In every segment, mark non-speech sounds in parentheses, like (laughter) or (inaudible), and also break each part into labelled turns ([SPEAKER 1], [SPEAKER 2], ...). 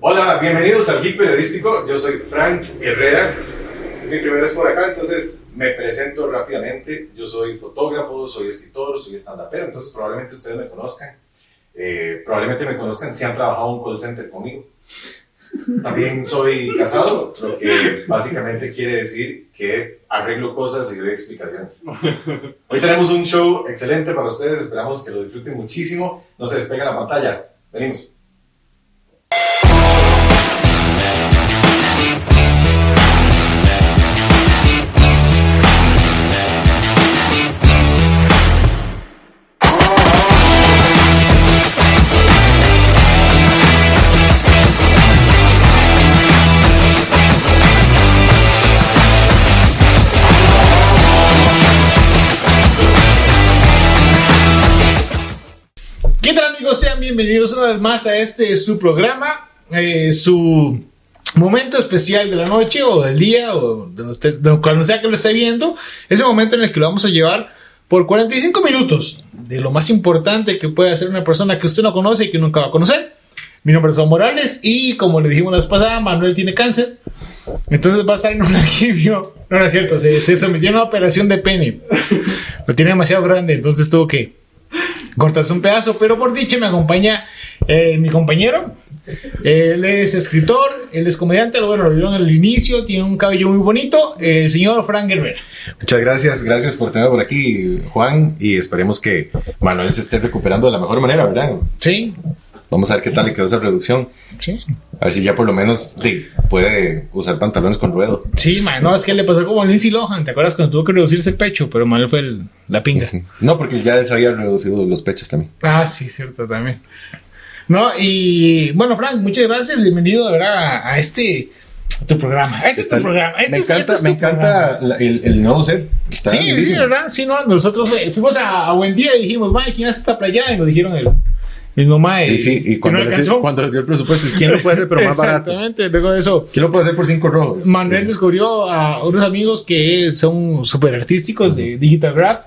[SPEAKER 1] Hola, bienvenidos al Geek Periodístico. Yo soy Frank Herrera. Mi primera es por acá, entonces me presento rápidamente. Yo soy fotógrafo, soy escritor, soy stand-upero, entonces probablemente ustedes me conozcan. Eh, probablemente me conozcan si han trabajado en un call center conmigo. También soy casado, lo que básicamente quiere decir que arreglo cosas y doy explicaciones. Hoy tenemos un show excelente para ustedes, esperamos que lo disfruten muchísimo. No se despega la pantalla. Venimos.
[SPEAKER 2] ¿Qué tal amigos? Sean bienvenidos una vez más a este su programa, eh, su momento especial de la noche o del día o de, lo te- de cuando sea que lo esté viendo, ese momento en el que lo vamos a llevar por 45 minutos de lo más importante que puede hacer una persona que usted no conoce y que nunca va a conocer. Mi nombre es Juan Morales y como le dijimos la vez pasada, Manuel tiene cáncer, entonces va a estar en (laughs) una quimio. No, no es cierto, se, se sometió a una operación de pene. Lo tiene demasiado grande, entonces tuvo que cortarse un pedazo, pero por dicha me acompaña eh, mi compañero. Él es escritor, él es comediante, bueno, lo vieron al inicio, tiene un cabello muy bonito, eh, el señor Frank Guerrero.
[SPEAKER 1] Muchas gracias, gracias por tenerme por aquí, Juan, y esperemos que Manuel se esté recuperando de la mejor manera, ¿verdad?
[SPEAKER 2] Sí,
[SPEAKER 1] Vamos a ver qué tal le quedó esa reducción.
[SPEAKER 2] sí.
[SPEAKER 1] A ver si ya por lo menos sí, puede usar pantalones con ruedo.
[SPEAKER 2] Sí, man, no, es que le pasó como a Lindsay Lohan, ¿te acuerdas cuando tuvo que reducirse el pecho? Pero mal fue el- la pinga.
[SPEAKER 1] No, porque ya él se había reducido los pechos también.
[SPEAKER 2] Ah, sí, cierto, también. No, y bueno, Frank, muchas gracias, bienvenido de verdad a, a este, a tu programa. Este es
[SPEAKER 1] Está-
[SPEAKER 2] tu programa, este
[SPEAKER 1] me
[SPEAKER 2] es- este
[SPEAKER 1] encanta,
[SPEAKER 2] es
[SPEAKER 1] me
[SPEAKER 2] tu programa.
[SPEAKER 1] encanta la- el, el nuevo set. Está
[SPEAKER 2] Sí, sí,
[SPEAKER 1] lindísimo.
[SPEAKER 2] ¿verdad? Sí, no, nosotros eh, fuimos a, a Buen Día y dijimos, mae, ¿quién hace esta playada? Y nos dijeron el, el nomás.
[SPEAKER 1] Y sí, y cuando, les, cuando les dio el presupuesto, es, ¿quién lo puede
[SPEAKER 2] (laughs)
[SPEAKER 1] hacer pero más barato?
[SPEAKER 2] Exactamente, luego de eso.
[SPEAKER 1] ¿Quién lo puede hacer por cinco rojos?
[SPEAKER 2] Manuel
[SPEAKER 1] Sí.
[SPEAKER 2] descubrió a unos amigos que son súper artísticos de Digital Graph.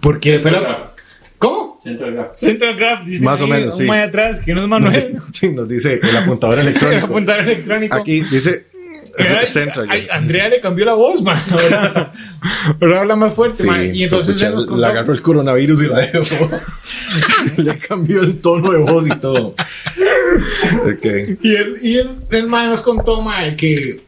[SPEAKER 2] Porque, pero, ¿cómo?
[SPEAKER 3] Central Graph.
[SPEAKER 2] Central Graph, dice
[SPEAKER 1] Más o
[SPEAKER 2] ahí,
[SPEAKER 1] menos,
[SPEAKER 2] un
[SPEAKER 1] sí.
[SPEAKER 2] mae atrás, que no es Manuel.
[SPEAKER 1] (laughs) Sí, nos dice el apuntador
[SPEAKER 2] (laughs) El
[SPEAKER 1] electrónico.
[SPEAKER 2] apuntador electrónico.
[SPEAKER 1] Aquí dice
[SPEAKER 2] Ay,
[SPEAKER 1] Central.
[SPEAKER 2] ay, Andrea le cambió la voz, man. (laughs) Ahora, ahora habla más fuerte,
[SPEAKER 1] Sí,
[SPEAKER 2] man. Y entonces
[SPEAKER 1] pucha,
[SPEAKER 2] él nos
[SPEAKER 1] le
[SPEAKER 2] contó
[SPEAKER 1] agarró el coronavirus y la dejó.
[SPEAKER 2] (laughs)
[SPEAKER 1] le cambió el tono de voz y todo. ok.
[SPEAKER 2] Y él, y él, el mae nos contó, mae, que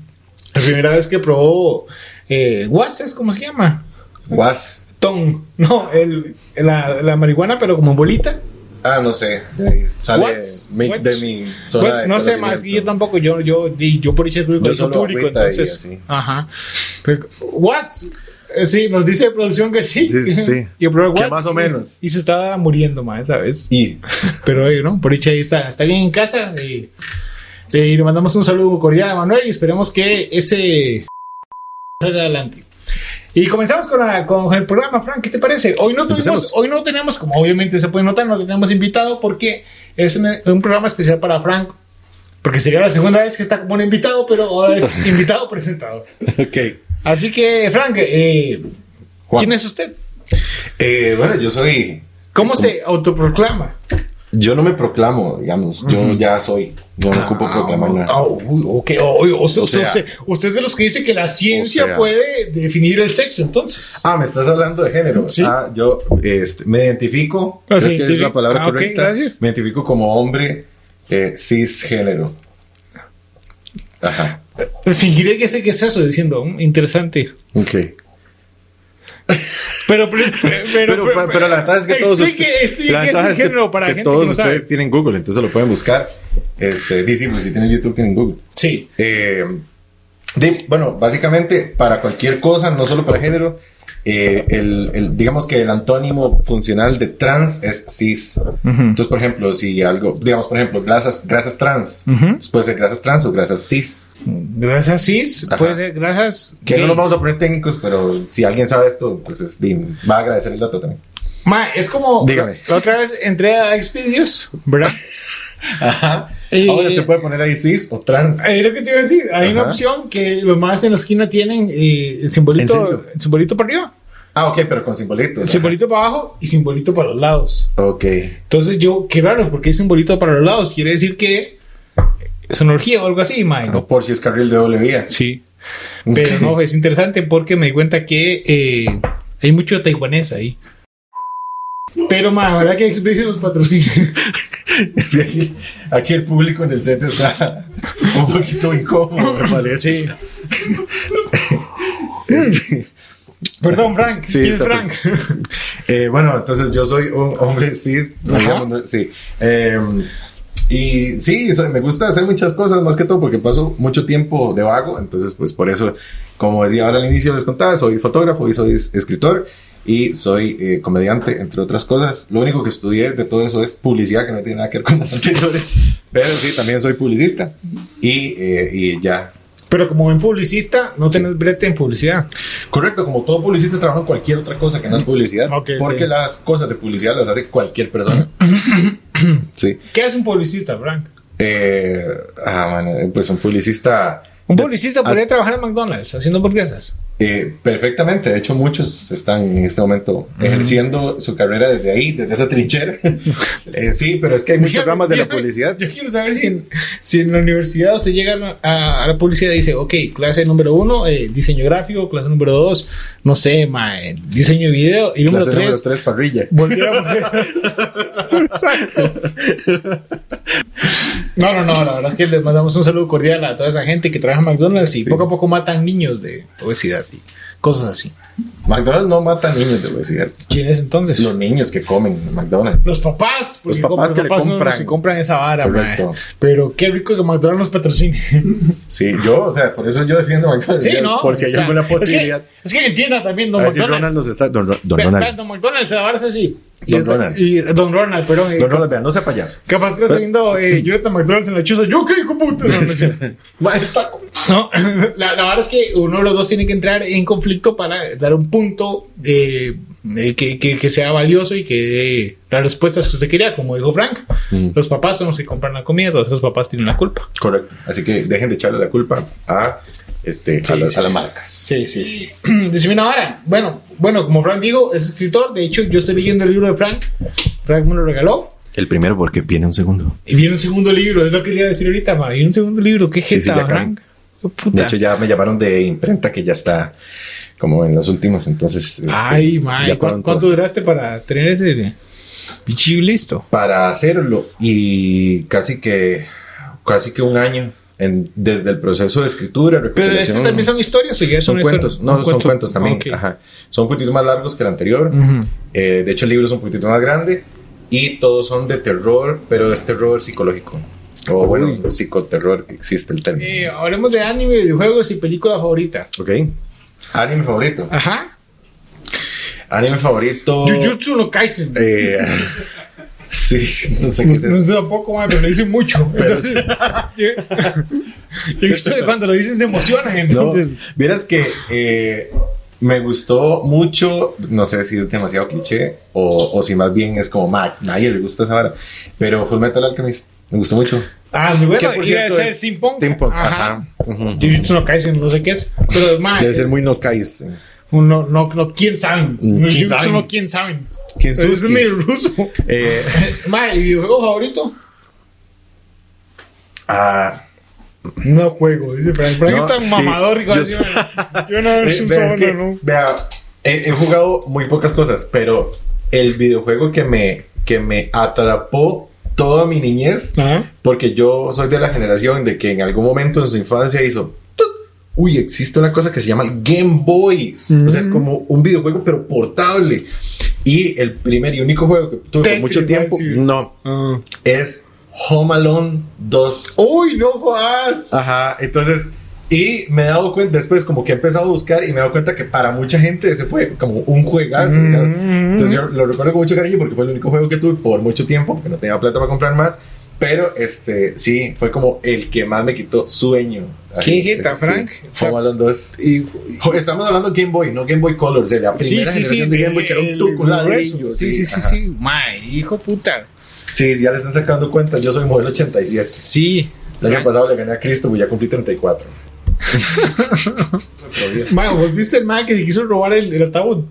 [SPEAKER 2] (clears throat) la primera vez que probó eh, guases, ¿cómo se llama?
[SPEAKER 1] Was.
[SPEAKER 2] Ton. No, el, la, la marihuana, pero como bolita.
[SPEAKER 1] Ah, no sé. De ahí sale
[SPEAKER 2] What's-
[SPEAKER 1] mi-
[SPEAKER 2] what's-
[SPEAKER 1] de mi zona
[SPEAKER 2] Bueno,
[SPEAKER 1] de
[SPEAKER 2] no sé más, y yo
[SPEAKER 1] conocimiento.
[SPEAKER 2] tampoco, yo, yo, di- yo por hecho tuve colegio
[SPEAKER 1] solo
[SPEAKER 2] público,
[SPEAKER 1] agüita y
[SPEAKER 2] entonces.
[SPEAKER 1] así.
[SPEAKER 2] Ajá. Pero, What? Eh, Sí, nos dice de producción (laughs) que sí.
[SPEAKER 1] Sí, sí, sí.
[SPEAKER 2] Y yo, pero,
[SPEAKER 1] Que
[SPEAKER 2] what?
[SPEAKER 1] más o menos.
[SPEAKER 2] Y se estaba muriendo, mae, ¿sabes?
[SPEAKER 1] Y
[SPEAKER 2] Pero eh, no, por hecho ahí está, está bien en casa. Y, y le mandamos un saludo cordial a Manuel y esperemos que ese salga adelante. Y comenzamos con, la- con el programa, Frank, ¿qué te parece? Hoy no tuvimos,
[SPEAKER 1] Empecemos.
[SPEAKER 2] hoy no tenemos, como obviamente se puede notar, no tenemos invitado porque es un, un programa especial para Frank. Porque sería la segunda vez que está como un invitado, pero
[SPEAKER 1] (laughs)
[SPEAKER 2] ahora es invitado presentado.
[SPEAKER 1] ok.
[SPEAKER 2] Así que, Frank, eh,
[SPEAKER 1] Juan.
[SPEAKER 2] ¿quién es usted?
[SPEAKER 1] Eh, bueno, yo soy.
[SPEAKER 2] ¿Cómo se autoproclama?
[SPEAKER 1] Yo no me proclamo, digamos. Yo ya soy. Yo no ocupo proclamar nada.
[SPEAKER 2] Ah, uy, ok, uy, o sea,
[SPEAKER 1] O sea,
[SPEAKER 2] usted, usted es de los que dice que la ciencia
[SPEAKER 1] o sea.
[SPEAKER 2] puede definir el sexo, entonces.
[SPEAKER 1] Ah, me estás hablando de género.
[SPEAKER 2] Sí.
[SPEAKER 1] Ah, yo este, me identifico.
[SPEAKER 2] Ah,
[SPEAKER 1] creo
[SPEAKER 2] se
[SPEAKER 1] que es
[SPEAKER 2] identifica.
[SPEAKER 1] la palabra
[SPEAKER 2] Ah, ok,
[SPEAKER 1] correcta.
[SPEAKER 2] gracias.
[SPEAKER 1] Me identifico como hombre eh, cisgénero. Ajá.
[SPEAKER 2] Fingiré que sé qué es eso, diciendo, "Mm, interesante.
[SPEAKER 1] Ok. (laughs)
[SPEAKER 2] Pero, pero, pero,
[SPEAKER 1] Pero, pero, pero la ventaja es que todos
[SPEAKER 2] explique,
[SPEAKER 1] ustedes-
[SPEAKER 2] explique
[SPEAKER 1] la
[SPEAKER 2] ese
[SPEAKER 1] ventaja es que-
[SPEAKER 2] género para
[SPEAKER 1] que
[SPEAKER 2] gente
[SPEAKER 1] todos
[SPEAKER 2] que no sabe.
[SPEAKER 1] ustedes tienen Google, entonces lo pueden buscar. Este, dice, pues, si tienen YouTube tienen Google.
[SPEAKER 2] Sí,
[SPEAKER 1] Eh, de- bueno, básicamente para cualquier cosa, no solo para género, eh, el, el- digamos que el antónimo funcional de trans es cis. Entonces, por ejemplo, si algo, digamos, por ejemplo, grasas, grasas trans, pues puede ser grasas trans o grasas cis.
[SPEAKER 2] gracias cis,
[SPEAKER 1] Ajá.
[SPEAKER 2] puede ser gracias.
[SPEAKER 1] Que no
[SPEAKER 2] gays.
[SPEAKER 1] nos vamos a poner técnicos, pero si alguien sabe esto, entonces di, va a agradecer el dato también.
[SPEAKER 2] Ma, es como,
[SPEAKER 1] Dígame.
[SPEAKER 2] la otra vez entré a Expedios,
[SPEAKER 1] (laughs)
[SPEAKER 2] ¿verdad?
[SPEAKER 1] Ajá. Eh.
[SPEAKER 2] Y-
[SPEAKER 1] Ahora Ah, se puede poner ahí cis o trans.
[SPEAKER 2] Es lo que te iba a decir. Hay una
[SPEAKER 1] Ajá.
[SPEAKER 2] opción que los más en la esquina tienen eh, el
[SPEAKER 1] ¿En
[SPEAKER 2] simbolito,
[SPEAKER 1] serio?
[SPEAKER 2] el simbolito para arriba,
[SPEAKER 1] Ah, ok, pero con simbolitos.
[SPEAKER 2] el
[SPEAKER 1] ajá.
[SPEAKER 2] simbolito para abajo y simbolito para los lados.
[SPEAKER 1] Ok.
[SPEAKER 2] Entonces yo, qué raro, porque hay simbolito para los lados. Quiere decir que es una orgía o algo así, mae.
[SPEAKER 1] No por si es carril de doble vía.
[SPEAKER 2] Sí. Pero no, es interesante porque me di cuenta que eh, hay mucho taiwanés ahí. Pero, mae, ¿verdad que Expedition nos patrocina?
[SPEAKER 1] Sí, aquí, aquí el público en el set está un poquito incómodo, me
[SPEAKER 2] (laughs)
[SPEAKER 1] parece.
[SPEAKER 2] sí.
[SPEAKER 1] Este,
[SPEAKER 2] Perdón, Frank.
[SPEAKER 1] Sí,
[SPEAKER 2] ¿Quién es
[SPEAKER 1] está
[SPEAKER 2] Frank?
[SPEAKER 1] eh, bueno, entonces yo soy un hombre cis,
[SPEAKER 2] Ajá.
[SPEAKER 1] digamos, ¿no? sí. Eh, y sí, soy- me gusta hacer muchas cosas, más que todo porque paso mucho tiempo de vago, entonces pues por eso, como decía ahora al inicio les contaba, soy fotógrafo y soy es- escritor y soy eh, comediante, entre otras cosas. Lo único que estudié de todo eso es publicidad, que no tiene nada que ver con las anteriores, pero sí, también soy publicista y, eh, y ya.
[SPEAKER 2] Pero como buen publicista, no tenés brete en publicidad.
[SPEAKER 1] Correcto, como todo publicista trabaja en cualquier otra cosa que no es publicidad,
[SPEAKER 2] Ok,
[SPEAKER 1] porque
[SPEAKER 2] ok.
[SPEAKER 1] las cosas de publicidad las hace cualquier
[SPEAKER 2] (coughs)
[SPEAKER 1] persona. sí.
[SPEAKER 2] ¿Qué hace un publicista, Frank?
[SPEAKER 1] Eh, ah, bueno, eh, pues un publicista.
[SPEAKER 2] Un
[SPEAKER 1] de-
[SPEAKER 2] publicista podría trabajar en McDonald's haciendo hamburguesas.
[SPEAKER 1] eh, perfectamente, de hecho muchos están en este momento ejerciendo su carrera desde ahí, desde esa
[SPEAKER 2] (laughs)
[SPEAKER 1] trinchera. Eh, sí, pero es que hay muchas ramas de la publicidad.
[SPEAKER 2] Yo quiero saber si en, si en la universidad usted llega a, a la publicidad y dice, ok, clase número uno, eh, diseño gráfico, clase número dos, no sé, mae, diseño de video, y número
[SPEAKER 1] Clase número
[SPEAKER 2] tres,
[SPEAKER 1] tres, parrilla.
[SPEAKER 2] volver a hamburguesas. Exacto. No, no, no, la verdad es que les mandamos un saludo cordial a toda esa gente que trabaja en McDonald's y
[SPEAKER 1] Sí.
[SPEAKER 2] poco a poco matan niños de obesidad y cosas así.
[SPEAKER 1] McDonald's no mata niños de obesidad.
[SPEAKER 2] ¿Quiénes entonces?
[SPEAKER 1] Los niños que comen en McDonald's.
[SPEAKER 2] Los papás, porque
[SPEAKER 1] Los papás
[SPEAKER 2] como
[SPEAKER 1] que le
[SPEAKER 2] son los
[SPEAKER 1] compran.
[SPEAKER 2] que compran esa vara,
[SPEAKER 1] Correcto.
[SPEAKER 2] mae. Pero qué rico que McDonald's nos
[SPEAKER 1] (laughs)
[SPEAKER 2] patrocine.
[SPEAKER 1] Sí, yo, o sea, por eso yo defiendo McDonald's.
[SPEAKER 2] sí, ¿no?
[SPEAKER 1] Por si hay
[SPEAKER 2] O sea,
[SPEAKER 1] alguna
[SPEAKER 2] es que-
[SPEAKER 1] posibilidad.
[SPEAKER 2] Es que, entienda también, don
[SPEAKER 1] a ver si Ronald
[SPEAKER 2] McDonald's.
[SPEAKER 1] nos está. Don, Ro- don
[SPEAKER 2] Pero,
[SPEAKER 1] Ronald.
[SPEAKER 2] pero Don McDonald's, la vara es así. Y
[SPEAKER 1] Don
[SPEAKER 2] está-
[SPEAKER 1] Ronald.
[SPEAKER 2] Y, don Ronald, perdón. eh,
[SPEAKER 1] Don Ronald, vea, no sea payaso.
[SPEAKER 2] Capaz que lo está viendo eh, Jonathan McDonald's en la chuza. ¿Yo qué,
[SPEAKER 1] (laughs)
[SPEAKER 2] hijo puta? No, no, es cierto.
[SPEAKER 1] Mae, el taco.
[SPEAKER 2] No, (laughs) la, la verdad es que uno de los dos tiene que entrar en conflicto para dar un punto eh, eh, que, que- que sea valioso y que dé las respuestas que usted quería, como dijo Frank.
[SPEAKER 1] Mm.
[SPEAKER 2] Los papás son los que compran la comida, todos los papás tienen la culpa. (clears throat)
[SPEAKER 1] Correcto. Así que dejen de echarle la culpa a, este,
[SPEAKER 2] Sí,
[SPEAKER 1] a, las,
[SPEAKER 2] sí.
[SPEAKER 1] a las marcas.
[SPEAKER 2] Sí, sí, sí. Decime una vara. Bueno, bueno, como Frank digo, es escritor. De hecho, yo estoy leyendo el libro de Frank. Frank me lo regaló.
[SPEAKER 1] El primero porque viene un segundo.
[SPEAKER 2] Y viene un segundo libro, es lo que quería decir ahorita, ma. Viene un segundo libro. ¿Qué
[SPEAKER 1] Sí, sí,
[SPEAKER 2] jeta,
[SPEAKER 1] ya casi.
[SPEAKER 2] Frank? Qué
[SPEAKER 1] De
[SPEAKER 2] puta.
[SPEAKER 1] hecho, ya me llamaron de imprenta que ya está como en los últimos. Entonces, este,
[SPEAKER 2] Ay, ma.
[SPEAKER 1] ya
[SPEAKER 2] ¿cu-
[SPEAKER 1] pronto-
[SPEAKER 2] ¿Cuánto duraste para tener ese bichi listo?
[SPEAKER 1] Para hacerlo y casi que, casi que un año en- desde el proceso de escritura.
[SPEAKER 2] Pero este
[SPEAKER 1] recopilación,
[SPEAKER 2] también son historias o ya
[SPEAKER 1] son
[SPEAKER 2] son,
[SPEAKER 1] cuentos.
[SPEAKER 2] historias?
[SPEAKER 1] No, son
[SPEAKER 2] cuento.
[SPEAKER 1] cuentos también.
[SPEAKER 2] Ok.
[SPEAKER 1] Ajá. Son un poquito más largos que el anterior.
[SPEAKER 2] Ujú.
[SPEAKER 1] Eh, de hecho, el libro es un poquitito más grande y todos son de terror, pero es terror psicológico. O bueno, psicoterror, que existe el término.
[SPEAKER 2] Eh, hablemos de anime, videojuegos y película favorita.
[SPEAKER 1] Ok. Anime favorito.
[SPEAKER 2] Ajá.
[SPEAKER 1] Anime
[SPEAKER 2] Oh.
[SPEAKER 1] favorito.
[SPEAKER 2] Jujutsu no Kaisen.
[SPEAKER 1] Eh, (laughs) sí, no sé qué
[SPEAKER 2] No,
[SPEAKER 1] es
[SPEAKER 2] no
[SPEAKER 1] eso.
[SPEAKER 2] sé tampoco, ma, pero lo dicen mucho.
[SPEAKER 1] (laughs) Pero-
[SPEAKER 2] Entonces, yo, yo creo que cuando lo dicen se emocionan.
[SPEAKER 1] No,
[SPEAKER 2] Entonces,
[SPEAKER 1] vieras que eh, me gustó mucho, no sé si es demasiado cliché o, o si más bien es como, Mac, nadie le gusta esa vara, pero Full Metal Alchemist me gustó mucho.
[SPEAKER 2] ah, muy bueno,
[SPEAKER 1] Que, por
[SPEAKER 2] iba a
[SPEAKER 1] cierto,
[SPEAKER 2] ser
[SPEAKER 1] es
[SPEAKER 2] steampunk.
[SPEAKER 1] steampunk,
[SPEAKER 2] Ajá.
[SPEAKER 1] ajá. Ujú.
[SPEAKER 2] Jujutsu no Kaisen, no sé qué es.
[SPEAKER 1] (laughs)
[SPEAKER 2] Pero Ah, es más,
[SPEAKER 1] Debe ser muy no caíste.
[SPEAKER 2] no, no, no, quién sabe.
[SPEAKER 1] ¿Quién
[SPEAKER 2] Jujutsu
[SPEAKER 1] sabe?
[SPEAKER 2] no quién sabe.
[SPEAKER 1] ¿Quién
[SPEAKER 2] Eso es
[SPEAKER 1] suskis?
[SPEAKER 2] medio ruso. (laughs)
[SPEAKER 1] Eh,
[SPEAKER 2] Ma, ¿y videojuego favorito?
[SPEAKER 1] ah,
[SPEAKER 2] No juego, dice Frank. Frank
[SPEAKER 1] No,
[SPEAKER 2] está
[SPEAKER 1] sí,
[SPEAKER 2] mamador, hijo,
[SPEAKER 1] yo
[SPEAKER 2] así,
[SPEAKER 1] soy-
[SPEAKER 2] ma. Yo no
[SPEAKER 1] ve- (laughs)
[SPEAKER 2] es un
[SPEAKER 1] vea, es
[SPEAKER 2] solo,
[SPEAKER 1] que,
[SPEAKER 2] ¿no?
[SPEAKER 1] vea, he, he jugado muy pocas cosas, pero el videojuego que me, que me atrapó toda mi niñez,
[SPEAKER 2] Ajá.
[SPEAKER 1] porque yo soy de la generación de que en algún momento en su infancia hizo... ¡tut! Uy, existe una cosa que se llama el Game Boy. O sea, es
[SPEAKER 2] Mm.
[SPEAKER 1] como un videojuego, pero portable. Y el primer y único juego que tuve por
[SPEAKER 2] Tetris, va
[SPEAKER 1] mucho
[SPEAKER 2] a
[SPEAKER 1] tiempo,
[SPEAKER 2] decir.
[SPEAKER 1] no,
[SPEAKER 2] Ah.
[SPEAKER 1] es Home Alone 2.
[SPEAKER 2] Uy, no jodas.
[SPEAKER 1] Ajá, entonces, y me he dado cuenta, después como que he empezado a buscar y me he dado cuenta que para mucha gente ese fue como un juegazo.
[SPEAKER 2] Mm.
[SPEAKER 1] digamos. Entonces yo lo recuerdo con mucho cariño porque fue el único juego que tuve por mucho tiempo, porque no tenía plata para comprar más. Pero este, sí, fue como el que más me quitó sueño.
[SPEAKER 2] ¿Qué
[SPEAKER 1] Ahí,
[SPEAKER 2] jeta,
[SPEAKER 1] sí,
[SPEAKER 2] Frank?
[SPEAKER 1] Home Alone 2.
[SPEAKER 2] Y-
[SPEAKER 1] Jo, Estamos hablando de Game Boy, no Game Boy Color, o sea, la
[SPEAKER 2] Sí,
[SPEAKER 1] primera
[SPEAKER 2] sí, sí.
[SPEAKER 1] generación de Game Boy que era un
[SPEAKER 2] el-
[SPEAKER 1] tuco,
[SPEAKER 2] el
[SPEAKER 1] un
[SPEAKER 2] grueso.
[SPEAKER 1] ladrillo.
[SPEAKER 2] Sí, sí, sí,
[SPEAKER 1] ajá.
[SPEAKER 2] sí. Mae, hijo puta.
[SPEAKER 1] Sí, ya le están sacando cuenta, yo soy modelo 87.
[SPEAKER 2] Sí.
[SPEAKER 1] El año pasado le gané a Cristo, pues ya cumplí (laughs) 34.
[SPEAKER 2] Mae, ¿vos viste el mae que se quiso robar el, el ataúd?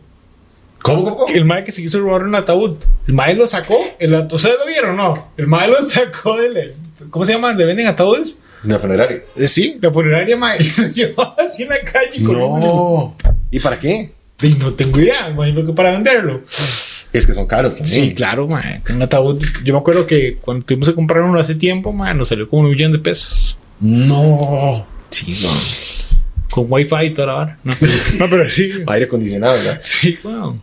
[SPEAKER 1] ¿Cómo, cómo, cómo?
[SPEAKER 2] El mae que se quiso robar un ataúd. El mae lo sacó. El, at- ¿Ustedes lo vieron? No. El mae lo sacó del, ¿Cómo se llama? ¿Donde venden ataúdes?
[SPEAKER 1] De funeraria.
[SPEAKER 2] Eh, sí, la funeraria, mae. (laughs) Yo así en la calle con un-
[SPEAKER 1] No. ¿Y para qué?
[SPEAKER 2] Y no tengo idea, me imagino que para venderlo.
[SPEAKER 1] Es que son caros también.
[SPEAKER 2] Sí, claro, mae. Un ataúd. Yo me acuerdo que cuando tuvimos que comprar uno hace tiempo, mae, nos salió como un millón de pesos.
[SPEAKER 1] No.
[SPEAKER 2] Sí, Con wifi y toda la vara. No, pero, (laughs) no, pero sí.
[SPEAKER 1] Aire acondicionado, ¿verdad?
[SPEAKER 2] Sí, wow.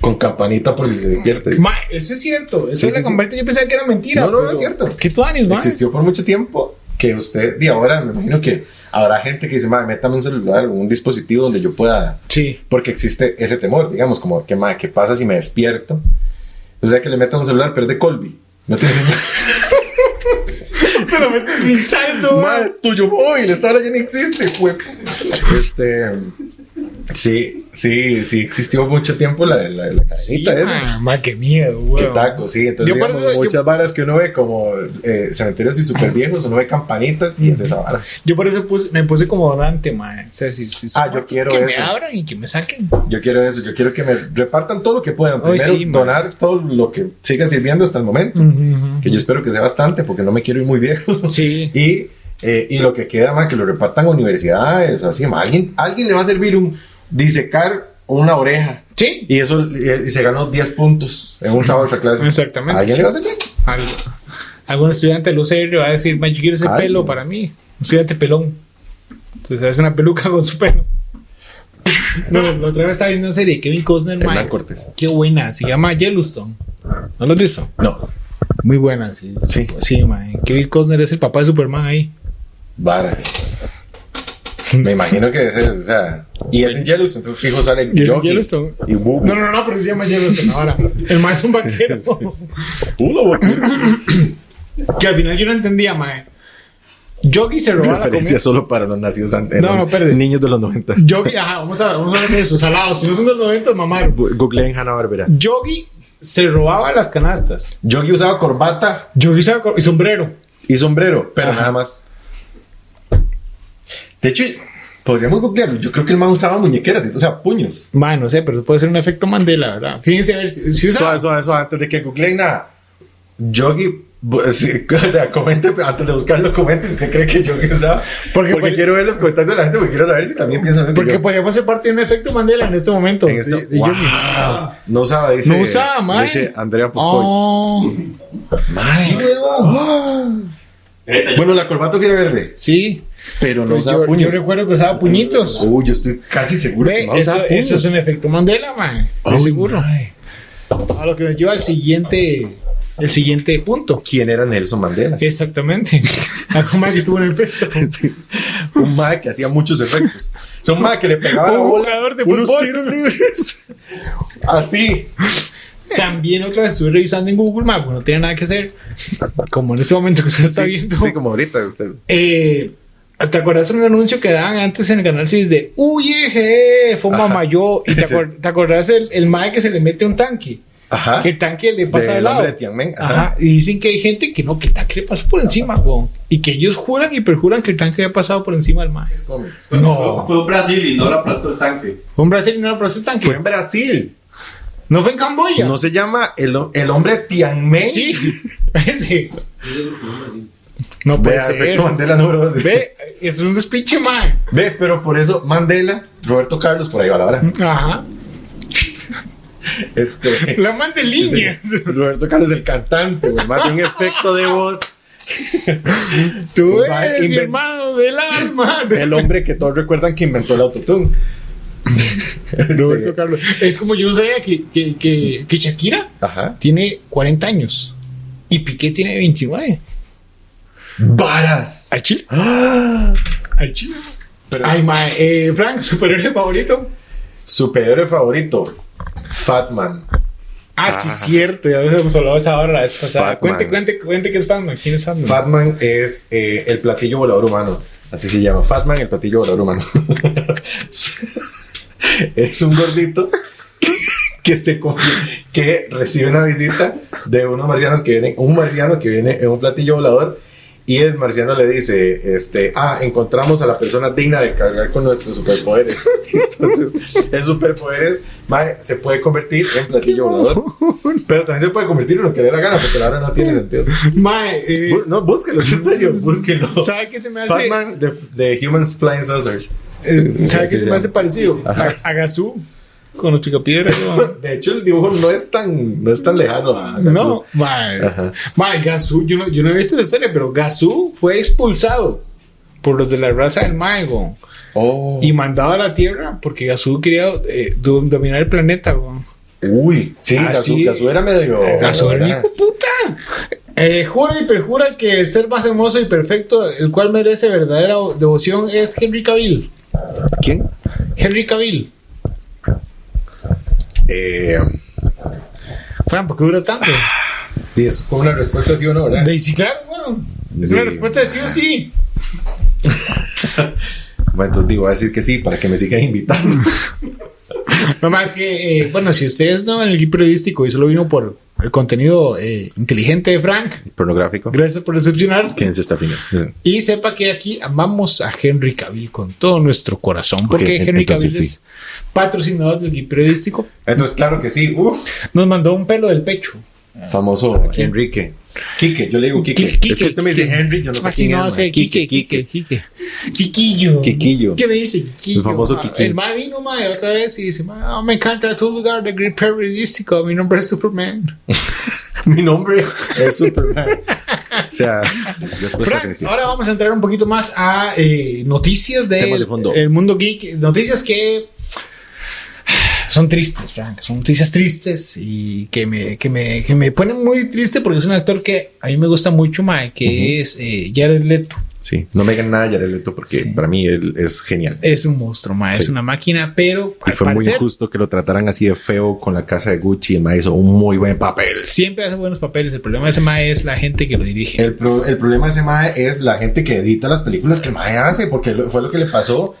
[SPEAKER 1] Con campanita por si se despierta.
[SPEAKER 2] Mae, eso es cierto. Eso
[SPEAKER 1] Sí,
[SPEAKER 2] es la
[SPEAKER 1] sí,
[SPEAKER 2] convertida. Yo pensaba que era mentira.
[SPEAKER 1] No, no, no
[SPEAKER 2] pero-
[SPEAKER 1] es cierto.
[SPEAKER 2] ¿Qué tú mae?
[SPEAKER 1] Existió por mucho tiempo que usted, y ahora me imagino que habrá gente que dice, "Mae, métame un celular o un dispositivo donde yo pueda
[SPEAKER 2] Sí.
[SPEAKER 1] porque existe ese temor, digamos, como que ma, ¿qué pasa si me despierto? O sea, que le metan un celular, pero es de Colby. No tiene (laughs) señal.
[SPEAKER 2] Se lo meten sin saldo, mae.
[SPEAKER 1] Madre, tuyo móvil, esta hora ya no existe, güey. Este. Sí, sí, sí, existió mucho tiempo la, la, la cadenita
[SPEAKER 2] Sí,
[SPEAKER 1] esa.
[SPEAKER 2] mae, mae, qué miedo, güey.
[SPEAKER 1] Qué taco, sí. Entonces,
[SPEAKER 2] Yo por
[SPEAKER 1] digamos,
[SPEAKER 2] eso- yo-
[SPEAKER 1] muchas varas que uno ve como eh, cementerios y super viejos, uno ve campanitas y es esa vara.
[SPEAKER 2] Yo por eso puse- me puse como donante, mae. O sea, si, si-
[SPEAKER 1] Ah, yo quiero
[SPEAKER 2] que
[SPEAKER 1] eso.
[SPEAKER 2] me abran y que me saquen.
[SPEAKER 1] Yo quiero eso, yo quiero que me repartan todo lo que puedan.
[SPEAKER 2] Ay,
[SPEAKER 1] Primero,
[SPEAKER 2] sí, man.
[SPEAKER 1] donar todo lo que siga sirviendo hasta el momento. que yo espero que sea bastante, porque no me quiero ir muy viejo.
[SPEAKER 2] Sí.
[SPEAKER 1] Y, eh, y lo que queda, más que lo repartan a universidades o así, ma. Alguien, alguien le va a servir un disecar una oreja.
[SPEAKER 2] Sí.
[SPEAKER 1] Y eso eh, y, y se ganó 10 puntos en una otra clase.
[SPEAKER 2] Exactamente.
[SPEAKER 1] ¿A alguien le va a servir?
[SPEAKER 2] Algo- algún estudiante del UCR va a decir, man, yo quiero ese
[SPEAKER 1] Ay,
[SPEAKER 2] pelo
[SPEAKER 1] no.
[SPEAKER 2] para mí. Un estudiante pelón. Entonces hace una peluca con su pelo. No, la otra vez estaba viendo una serie de Kevin Costner,
[SPEAKER 1] Hernán
[SPEAKER 2] man.
[SPEAKER 1] Cortés.
[SPEAKER 2] Qué buena. Se llama Yellowstone. ¿No lo has visto?
[SPEAKER 1] No.
[SPEAKER 2] Muy buena, sí.
[SPEAKER 1] Sí.
[SPEAKER 2] Sí, man. Kevin Costner es el papá de Superman ahí.
[SPEAKER 1] Vara. Me imagino que es, o sea, y es en Yellowstone, entonces fijo sale
[SPEAKER 2] ¿Y es en
[SPEAKER 1] Yogi
[SPEAKER 2] Yellowstone?
[SPEAKER 1] y Bubu.
[SPEAKER 2] No, no, no, pero se llama Yellowstone ahora. El man es un
[SPEAKER 1] (laughs)
[SPEAKER 2] vaquero.
[SPEAKER 1] Uh,
[SPEAKER 2] (laughs) que al final yo no entendía, man. Yogi se robaba la comida.
[SPEAKER 1] Referencia solo para los nacidos antes.
[SPEAKER 2] No, no, espérate.
[SPEAKER 1] Niños de los 90.
[SPEAKER 2] Yogi, ajá, vamos a, vamos a hablar de eso. Salados, si no son de los 90, mamar.
[SPEAKER 1] Googleen Hanna Barbera.
[SPEAKER 2] Yogi se robaba las canastas.
[SPEAKER 1] Yogi usaba corbata
[SPEAKER 2] Yogi se y sombrero.
[SPEAKER 1] y sombrero, pero
[SPEAKER 2] Ajá.
[SPEAKER 1] nada más. De hecho, podríamos googlearlo. Yo creo que el man usaba muñequeras, o sea, puños.
[SPEAKER 2] Man, no sé, pero puede ser un efecto Mandela, ¿verdad? Fíjense a ver si, si
[SPEAKER 1] Eso,
[SPEAKER 2] usaba.
[SPEAKER 1] eso, eso, antes de que googleen nada. Yogi, bu- (laughs) sí, o sea, comente, pero antes de buscarlo, comente si usted cree que Yogi usaba.
[SPEAKER 2] Porque
[SPEAKER 1] Porque,
[SPEAKER 2] pare-
[SPEAKER 1] quiero ver los comentarios de la gente, porque quiero saber si también piensan lo que
[SPEAKER 2] Porque
[SPEAKER 1] yo.
[SPEAKER 2] podríamos ser parte de un efecto Mandela en este momento.
[SPEAKER 1] En esto-
[SPEAKER 2] De- de
[SPEAKER 1] ¡Wow!
[SPEAKER 2] Yogi.
[SPEAKER 1] No usaba, dice.
[SPEAKER 2] No usaba, man.
[SPEAKER 1] Dice Andrea Poscoy.
[SPEAKER 2] Oh,
[SPEAKER 1] Man.
[SPEAKER 2] sí, weón.
[SPEAKER 4] Greta, yo-
[SPEAKER 1] Bueno, la corbata sí era verde,
[SPEAKER 2] Sí.
[SPEAKER 1] pero no
[SPEAKER 2] Pues
[SPEAKER 1] usaba
[SPEAKER 2] yo, yo
[SPEAKER 1] puños.
[SPEAKER 2] recuerdo que usaba puñitos.
[SPEAKER 1] Uy, yo estoy casi seguro
[SPEAKER 2] Ve,
[SPEAKER 1] que el man
[SPEAKER 2] eso,
[SPEAKER 1] usaba puños.
[SPEAKER 2] eso es un efecto Mandela, man. Estoy
[SPEAKER 1] Ay,
[SPEAKER 2] seguro.
[SPEAKER 1] mae.
[SPEAKER 2] A lo que nos lleva al siguiente, el siguiente punto.
[SPEAKER 1] ¿Quién era Nelson
[SPEAKER 2] (laughs)
[SPEAKER 1] Mandela?
[SPEAKER 2] Exactamente. Algo más que tuvo un efecto.
[SPEAKER 1] (laughs) Sí. Un mae que hacía muchos efectos. O sea, un mae que le pegaba la
[SPEAKER 2] Un
[SPEAKER 1] bola,
[SPEAKER 2] jugador de
[SPEAKER 1] unos
[SPEAKER 2] fútbol.
[SPEAKER 1] tiros
[SPEAKER 2] (laughs)
[SPEAKER 1] libres. Así.
[SPEAKER 2] También otra vez estuve revisando en Google Maps, porque no tiene nada que hacer. Como en este momento que usted está
[SPEAKER 1] Sí,
[SPEAKER 2] viendo.
[SPEAKER 1] Sí, como ahorita usted.
[SPEAKER 2] Eh, ¿Te acuerdas un anuncio que daban antes en el canal 6 de Uyeje, Foma
[SPEAKER 1] Ajá.
[SPEAKER 2] Mayo? ¿Y te,
[SPEAKER 1] Sí.
[SPEAKER 2] acuer- te acordás el, el mae que se le mete un tanque?
[SPEAKER 1] Ajá.
[SPEAKER 2] Que el tanque le pasa de,
[SPEAKER 1] Del
[SPEAKER 2] lado.
[SPEAKER 1] hombre de Tianmen,
[SPEAKER 2] Ajá.
[SPEAKER 1] ajá.
[SPEAKER 2] Y dicen que hay gente que no, que el tanque le pasó por encima, weón. Y que ellos juran y perjuran que el tanque había pasado por encima del mae.
[SPEAKER 1] Cómics.
[SPEAKER 2] No.
[SPEAKER 4] Fue un Brasil y no lo aplastó el tanque.
[SPEAKER 2] Fue un brasileño, no pasó el
[SPEAKER 1] Fue
[SPEAKER 2] tanque.
[SPEAKER 1] en Brasil.
[SPEAKER 2] No fue en Camboya.
[SPEAKER 1] No se llama el, el hombre Tianmen. (laughs)
[SPEAKER 2] Sí. Ese.
[SPEAKER 4] Yo digo que fue un Brasil.
[SPEAKER 2] No
[SPEAKER 1] Ve,
[SPEAKER 2] puede
[SPEAKER 1] efecto
[SPEAKER 2] ser.
[SPEAKER 1] Mandela número dos.
[SPEAKER 2] Ve, eso es un despiche, mae.
[SPEAKER 1] Ve, pero por eso Mandela, Roberto Carlos, por ahí va la hora.
[SPEAKER 2] Ajá.
[SPEAKER 1] Este.
[SPEAKER 2] La mandeliña.
[SPEAKER 1] ese- (laughs) Roberto Carlos, el cantante, güey, más de un efecto de voz.
[SPEAKER 2] (laughs) Tú
[SPEAKER 1] Va, Este.
[SPEAKER 2] eres mi
[SPEAKER 1] inven-
[SPEAKER 2] hermano del alma.
[SPEAKER 1] El hombre que todos recuerdan que inventó el
[SPEAKER 2] (laughs)
[SPEAKER 1] autotune.
[SPEAKER 2] Roberto
[SPEAKER 1] Este,
[SPEAKER 2] Carlos. Es como yo no sabía que, que, que, que Shakira
[SPEAKER 1] Ajá.
[SPEAKER 2] tiene 40 años y Piqué tiene 29.
[SPEAKER 1] Varas.
[SPEAKER 2] Al chile. ¡Ah! Al chile.
[SPEAKER 1] Pero-
[SPEAKER 2] Ay, ma, eh, Frank, superhéroe favorito.
[SPEAKER 1] Superhéroe favorito. Fatman.
[SPEAKER 2] Ah, sí, cierto. Ya hemos hablado de esa hora la vez pasada.
[SPEAKER 1] Fatman.
[SPEAKER 2] Cuente, cuente, cuente que es Fatman. ¿Quién es Fatman?
[SPEAKER 1] Fatman es eh, el platillo volador humano. Así se llama. Fatman, el platillo volador humano. (laughs) es un gordito que se convi- que recibe una visita de unos marcianos que vienen, un marciano que viene en un platillo volador Y el marciano le dice, este, ah, encontramos a la persona digna de cargar con nuestros superpoderes. (laughs) Entonces, el superpoderes mae, se puede convertir en platillo volador. Pero también se puede convertir en lo que le dé la gana, porque ahora no tiene sentido.
[SPEAKER 2] Mae, eh,
[SPEAKER 1] Bu- No, búsquelo, en
[SPEAKER 2] (laughs)
[SPEAKER 1] serio, búsquelo.
[SPEAKER 2] ¿sabe qué se me hace?
[SPEAKER 1] Batman, the, the Humans Flying Saucers.
[SPEAKER 2] Eh, ¿Sabe
[SPEAKER 1] Sí,
[SPEAKER 2] qué se
[SPEAKER 1] sí,
[SPEAKER 2] me
[SPEAKER 1] ya.
[SPEAKER 2] hace parecido?
[SPEAKER 1] Ajá.
[SPEAKER 2] A, a Gazú con los picapiedras. ¿no?
[SPEAKER 1] De hecho, el dibujo no es tan, no es tan lejano (laughs) a Gazoo.
[SPEAKER 2] No, mae.
[SPEAKER 1] Ajá.
[SPEAKER 2] Mae, Gazú, yo no, yo no he visto la historia, pero Gazú fue expulsado por los de la raza del Mae, weón,
[SPEAKER 1] Oh.
[SPEAKER 2] y mandado a la Tierra porque Gazú quería eh, do- dominar el planeta, weón.
[SPEAKER 1] Uy, sí,
[SPEAKER 2] Ah,
[SPEAKER 1] Gazoo,
[SPEAKER 2] sí. Eh,
[SPEAKER 1] Gazoo era medio. Ah,
[SPEAKER 2] Gazú era el
[SPEAKER 1] Oh, ¿verdad?
[SPEAKER 2] hijo de puta. Eh, jura y perjura que el ser más hermoso y perfecto, el cual merece verdadera devoción, es Henry Cavill.
[SPEAKER 1] ¿Quién?
[SPEAKER 2] Henry Cavill.
[SPEAKER 1] Eh,
[SPEAKER 2] Fran, ¿por qué dura tanto?
[SPEAKER 1] Ah. y es como una respuesta sí o no, ¿verdad?
[SPEAKER 2] De sí, claro, bueno. Es
[SPEAKER 1] Sí.
[SPEAKER 2] una respuesta de sí o sí.
[SPEAKER 1] Bueno, entonces digo, voy a decir que sí para que me sigas
[SPEAKER 2] (laughs)
[SPEAKER 1] invitando.
[SPEAKER 2] No más que, eh, bueno, si ustedes no en el equipo periodístico y solo vino por el contenido eh, inteligente de Frank,
[SPEAKER 1] Pornográfico.
[SPEAKER 2] gracias por decepcionarnos.
[SPEAKER 1] Quédense hasta final.
[SPEAKER 2] Y sepa que aquí amamos a Henry Cavill con todo nuestro corazón, porque
[SPEAKER 1] Ok,
[SPEAKER 2] Henry
[SPEAKER 1] entonces
[SPEAKER 2] Cavill es patrocinador del equipo periodístico.
[SPEAKER 1] Entonces, claro que sí. Uf,
[SPEAKER 2] Nos mandó un pelo del pecho.
[SPEAKER 1] famoso Enrique. Quique, yo le digo Quique.
[SPEAKER 2] Quique,
[SPEAKER 1] es que usted me dice
[SPEAKER 2] Quique.
[SPEAKER 1] Henry, yo no sé
[SPEAKER 2] Así
[SPEAKER 1] quién
[SPEAKER 2] no
[SPEAKER 1] es,
[SPEAKER 2] sé,
[SPEAKER 1] man.
[SPEAKER 2] Quique, Quique, Quique. Quiquillo.
[SPEAKER 1] Quiquillo.
[SPEAKER 2] ¿Qué me dice Quiquillo?
[SPEAKER 1] El famoso
[SPEAKER 2] Ah,
[SPEAKER 1] Quiquillo.
[SPEAKER 2] El man vino, mae, otra vez y dice, "Ma, me encanta tu lugar de grip periodístico, mi nombre es Superman. (laughs)
[SPEAKER 1] Mi nombre es Superman. o sea, después
[SPEAKER 2] Frank, ahora vamos a entrar un poquito más a eh, noticias de
[SPEAKER 1] Temas de fondo.
[SPEAKER 2] el mundo geek, noticias que son tristes, Frank, son noticias tristes y que me, que me, que me ponen muy triste porque es un actor que a mí me gusta mucho, mae, que es eh, Jared Leto.
[SPEAKER 1] Sí, no me digan nada Jared Leto porque
[SPEAKER 2] Sí.
[SPEAKER 1] para mí él es genial.
[SPEAKER 2] Es un monstruo, mae, es
[SPEAKER 1] Sí.
[SPEAKER 2] una máquina, pero
[SPEAKER 1] Y
[SPEAKER 2] al
[SPEAKER 1] fue muy
[SPEAKER 2] parecer
[SPEAKER 1] injusto que lo trataran así de feo con la casa de Gucci. El mae hizo un muy buen papel.
[SPEAKER 2] siempre hace buenos papeles. El problema de ese mae es la gente que lo dirige.
[SPEAKER 1] El, pro- el problema de ese mae es la gente que edita las películas que el mae hace, porque lo- fue lo que le pasó.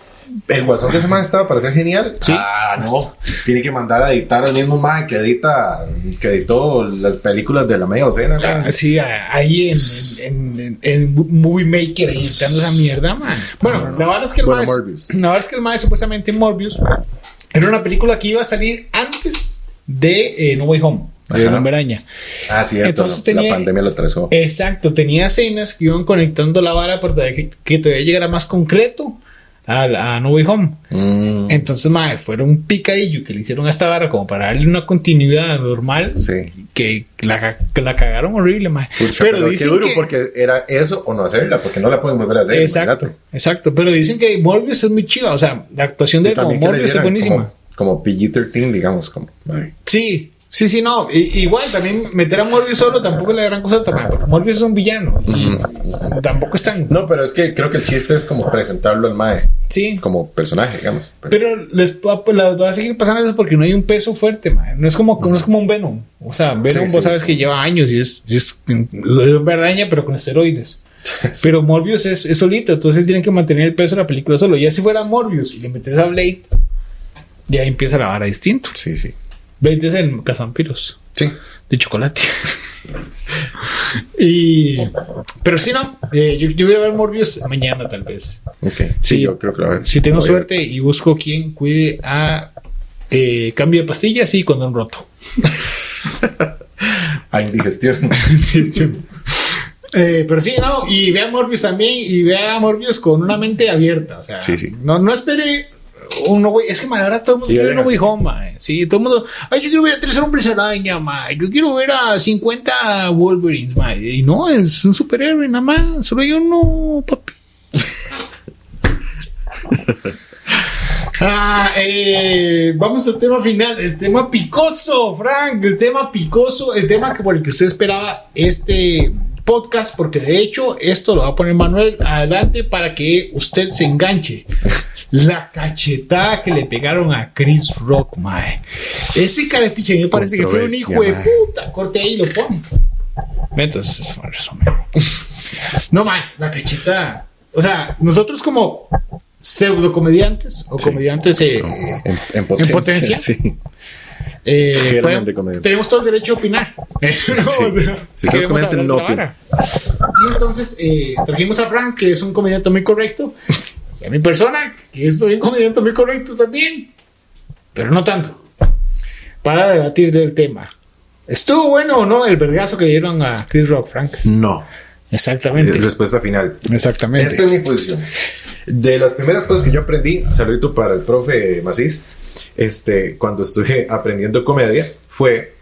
[SPEAKER 1] El guasón de ese mae estaba para ser genial.
[SPEAKER 2] Sí.
[SPEAKER 1] Ah, no. Tiene que mandar a editar al mismo mae que edita, que editó las películas de la media docena. mae.
[SPEAKER 2] Así, Ah, a- ahí en, en, en- en Movie Maker editando esa mierda, man. Bueno, la verdad es que el
[SPEAKER 1] Bueno,
[SPEAKER 2] mae-
[SPEAKER 1] Morbius.
[SPEAKER 2] la verdad es que el mae supuestamente Morbius era una película que iba a salir antes de eh, No Way Home, de
[SPEAKER 1] Ajá.
[SPEAKER 2] La Hombre Araña.
[SPEAKER 1] Ah, cierto.
[SPEAKER 2] Entonces
[SPEAKER 1] la, la
[SPEAKER 2] tenía-
[SPEAKER 1] pandemia lo atrasó.
[SPEAKER 2] Exacto, tenía escenas que iban conectando la vara para que, que todavía llegara más concreto a, la- a No Way Home.
[SPEAKER 1] Mm,
[SPEAKER 2] Entonces, mae, fueron un picadillo que le hicieron a esta vara como para darle una continuidad normal
[SPEAKER 1] sí.
[SPEAKER 2] que la, ca- que la cagaron horrible, mae.
[SPEAKER 1] Pucha,
[SPEAKER 2] pero,
[SPEAKER 1] pero qué
[SPEAKER 2] dicen
[SPEAKER 1] duro,
[SPEAKER 2] que...
[SPEAKER 1] porque era eso o no hacerla, porque no la pueden volver a hacer.
[SPEAKER 2] exacto,
[SPEAKER 1] imagínate.
[SPEAKER 2] exacto, pero dicen que Morbius es muy chiva, o sea, la actuación
[SPEAKER 1] Y
[SPEAKER 2] de como
[SPEAKER 1] también que la
[SPEAKER 2] Morbius es
[SPEAKER 1] hicieran
[SPEAKER 2] buenísima.
[SPEAKER 1] Como, como PG-13, digamos, como. mae.
[SPEAKER 2] Sí, sí, sí, no, i- igual también meter a Morbius solo tampoco es la gran cosa, tampoco, porque Morbius es un villano y tampoco es tan...
[SPEAKER 1] No, pero es que creo que el chiste es como presentarlo al mae,
[SPEAKER 2] Sí,
[SPEAKER 1] como personaje, digamos.
[SPEAKER 2] pero les va, pues, las va a seguir pasando eso porque no hay un peso fuerte, mae. No es como, no es como un Venom, o sea, Venom
[SPEAKER 1] Sí, sí,
[SPEAKER 2] vos sabes
[SPEAKER 1] sí.
[SPEAKER 2] que lleva años y es, y es lo de hombre araña, pero con esteroides.
[SPEAKER 1] (laughs)
[SPEAKER 2] Pero Morbius es, es solito, entonces tienen que mantener el peso de la película solo. Ya si fuera Morbius y le metes a Blade, ya empieza la vara distinto.
[SPEAKER 1] Sí, sí.
[SPEAKER 2] Blade es el cazampiros
[SPEAKER 1] Sí.
[SPEAKER 2] de chocolate. (laughs) y, pero si no, eh, yo, yo voy a ver Morbius mañana tal vez.
[SPEAKER 1] Ok. Sí,
[SPEAKER 2] Sí.
[SPEAKER 1] yo creo que lo
[SPEAKER 2] Si tengo
[SPEAKER 1] lo voy a ver.
[SPEAKER 2] suerte y busco quien cuide a eh, cambio de pastillas y condón roto.
[SPEAKER 1] A indigestión.
[SPEAKER 2] (laughs)
[SPEAKER 1] (laughs)
[SPEAKER 2] Eh, pero sí, no, y vea Morbius también, y vea Morbius con una mente abierta, o sea,
[SPEAKER 1] Sí, sí.
[SPEAKER 2] no, no espere un No Way- es que man, ahora todo el mundo
[SPEAKER 1] Y
[SPEAKER 2] quiere un No
[SPEAKER 1] verás.
[SPEAKER 2] Way Home, mae. sí, todo el mundo, ay, yo quiero ver a tres hombres araña, mae. yo quiero ver a 50 Wolverines, mae. y no, es un superhéroe nada más, solo yo no, papi. Ah, eh, vamos al tema final, el tema picoso, Frank, el tema picoso, el tema que por el que usted esperaba este podcast, porque de hecho esto lo va a poner Manuel adelante para que usted se enganche. La cachetada que le pegaron a Chris Rock, mae. Ese carepiche, a mí me parece que fue un hijo de
[SPEAKER 1] Controversia,
[SPEAKER 2] puta. Corte ahí y lo pone. Entonces, es un resumen. No, mae, la cachetada. O sea, nosotros como pseudo comediantes o comediantes eh,
[SPEAKER 1] En, en potencia.
[SPEAKER 2] potencia?
[SPEAKER 1] Sí.
[SPEAKER 2] eh,
[SPEAKER 1] Fielmente
[SPEAKER 2] pueden-
[SPEAKER 1] comediante.
[SPEAKER 2] tenemos todo el derecho a opinar. (laughs) Eh, no,
[SPEAKER 1] Sí.
[SPEAKER 2] o sea,
[SPEAKER 1] Si ustedes
[SPEAKER 2] queremos
[SPEAKER 1] comenten,
[SPEAKER 2] hablar de
[SPEAKER 1] no
[SPEAKER 2] la vara. Y entonces eh, trajimos a Frank, que es un comediante
[SPEAKER 1] (laughs)
[SPEAKER 2] muy correcto, y a mi persona, que es un comediante muy correcto también, pero no tanto, para debatir del tema. ¿Estuvo bueno o no el vergazo que le dieron a Chris Rock, Frank?
[SPEAKER 1] No. Eh,
[SPEAKER 2] Exactamente.
[SPEAKER 1] Respuesta final.
[SPEAKER 2] Exactamente.
[SPEAKER 1] Esta es mi posición. De las primeras cosas que yo aprendí, saludito para el profe Macís, este, cuando estuve (laughs) aprendiendo comedia, fue,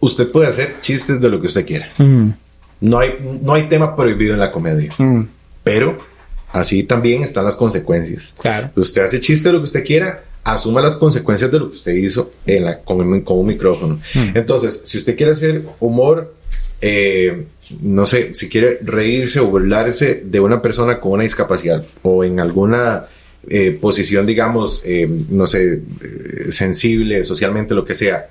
[SPEAKER 1] usted puede hacer chistes de lo que usted quiera.
[SPEAKER 2] Mm,
[SPEAKER 1] No hay, no hay tema prohibido en la comedia,
[SPEAKER 2] mm,
[SPEAKER 1] pero así también están las consecuencias.
[SPEAKER 2] claro.
[SPEAKER 1] Usted hace chiste de lo que usted quiera, asuma las consecuencias de lo que usted hizo en la- con, un- con un micrófono. Entonces, si usted quiere hacer humor, eh, no sé, si quiere reírse o burlarse de una persona con una discapacidad o en alguna eh, posición, digamos, eh, no sé, eh, sensible, socialmente, lo que sea,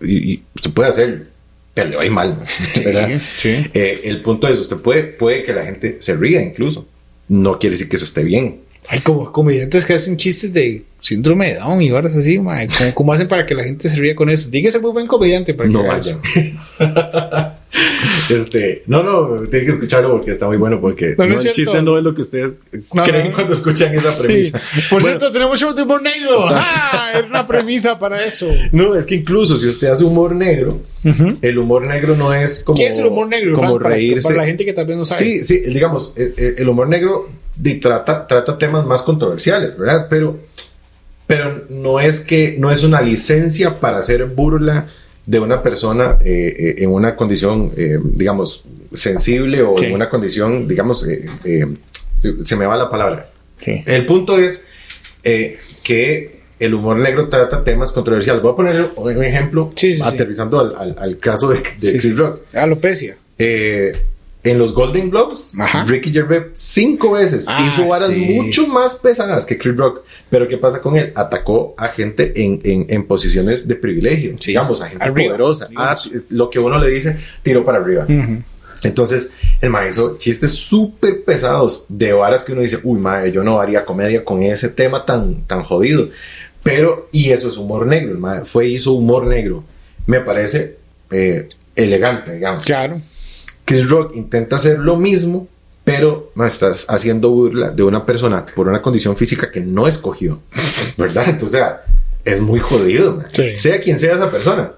[SPEAKER 1] y, y usted puede hacerlo, pero le va a ir mal, ¿verdad?
[SPEAKER 2] sí.
[SPEAKER 1] Eh, el punto es, usted puede, puede que la gente se ría incluso. No quiere decir que eso esté bien.
[SPEAKER 2] Hay como comediantes que hacen chistes de síndrome de Down y horas así, mae. (laughs) ¿Cómo, cómo hacen para que la gente se ría con eso? Dígase muy buen comediante para que
[SPEAKER 1] No
[SPEAKER 2] haga
[SPEAKER 1] vayan.
[SPEAKER 2] eso.
[SPEAKER 1] (laughs) este, no, no, tienen que escucharlo porque está muy bueno. Porque
[SPEAKER 2] No, no
[SPEAKER 1] no,
[SPEAKER 2] es
[SPEAKER 1] el
[SPEAKER 2] cierto.
[SPEAKER 1] chiste no es lo que ustedes
[SPEAKER 2] No,
[SPEAKER 1] creen
[SPEAKER 2] no.
[SPEAKER 1] cuando escuchan esa
[SPEAKER 2] Sí.
[SPEAKER 1] premisa.
[SPEAKER 2] Por
[SPEAKER 1] Bueno,
[SPEAKER 2] cierto, tenemos show de humor negro. (laughs) ¡Ah! Es una premisa para eso.
[SPEAKER 1] no, es que incluso si usted hace humor negro, el humor negro no es como.
[SPEAKER 2] ¿Qué es el humor negro?
[SPEAKER 1] Como
[SPEAKER 2] Fran? Para-
[SPEAKER 1] reírse.
[SPEAKER 2] Para, la gente que tal vez no sabe.
[SPEAKER 1] Sí, sí, digamos, eh, eh, el humor negro de- trata, trata temas más controversiales, ¿verdad? Pero, pero no es que no es una licencia para hacer burla de una persona eh, eh, en una condición, eh, digamos, sensible o
[SPEAKER 2] Ok.
[SPEAKER 1] en una condición, digamos, eh, eh, se- se me va la palabra.
[SPEAKER 2] Sí.
[SPEAKER 1] El punto es eh, que el humor negro trata temas controversiales. Voy a poner un ejemplo
[SPEAKER 2] Sí, sí, sí.
[SPEAKER 1] aterrizando al, al- al caso de, de
[SPEAKER 2] Sí,
[SPEAKER 1] Chris
[SPEAKER 2] sí.
[SPEAKER 1] Rock.
[SPEAKER 2] Alopecia.
[SPEAKER 1] Eh, en los Golden Globes,
[SPEAKER 2] Ajá.
[SPEAKER 1] Ricky Gervais cinco veces
[SPEAKER 2] Ah,
[SPEAKER 1] hizo varas
[SPEAKER 2] sí.
[SPEAKER 1] mucho más pesadas que Chris Rock. Pero ¿qué pasa con él? Atacó a gente en, en- en posiciones de privilegio,
[SPEAKER 2] Sí.
[SPEAKER 1] digamos, a gente
[SPEAKER 2] Arriba,
[SPEAKER 1] poderosa. Ah,
[SPEAKER 2] digamos.
[SPEAKER 1] lo que uno le dice, tiró para arriba. Entonces, el mae hizo chistes súper pesados de varas que uno dice, uy, mae, yo no haría comedia con ese tema tan, tan jodido. Pero, y eso es humor negro, el mae fue, hizo humor negro. Me parece eh, elegante, digamos.
[SPEAKER 2] Claro.
[SPEAKER 1] Chris Rock intenta hacer lo mismo, pero mae, estás haciendo burla de una persona por una condición física que no escogió, (laughs) ¿verdad? Entonces, o sea, es muy jodido, mae.
[SPEAKER 2] Sí.
[SPEAKER 1] sea quien sea esa persona.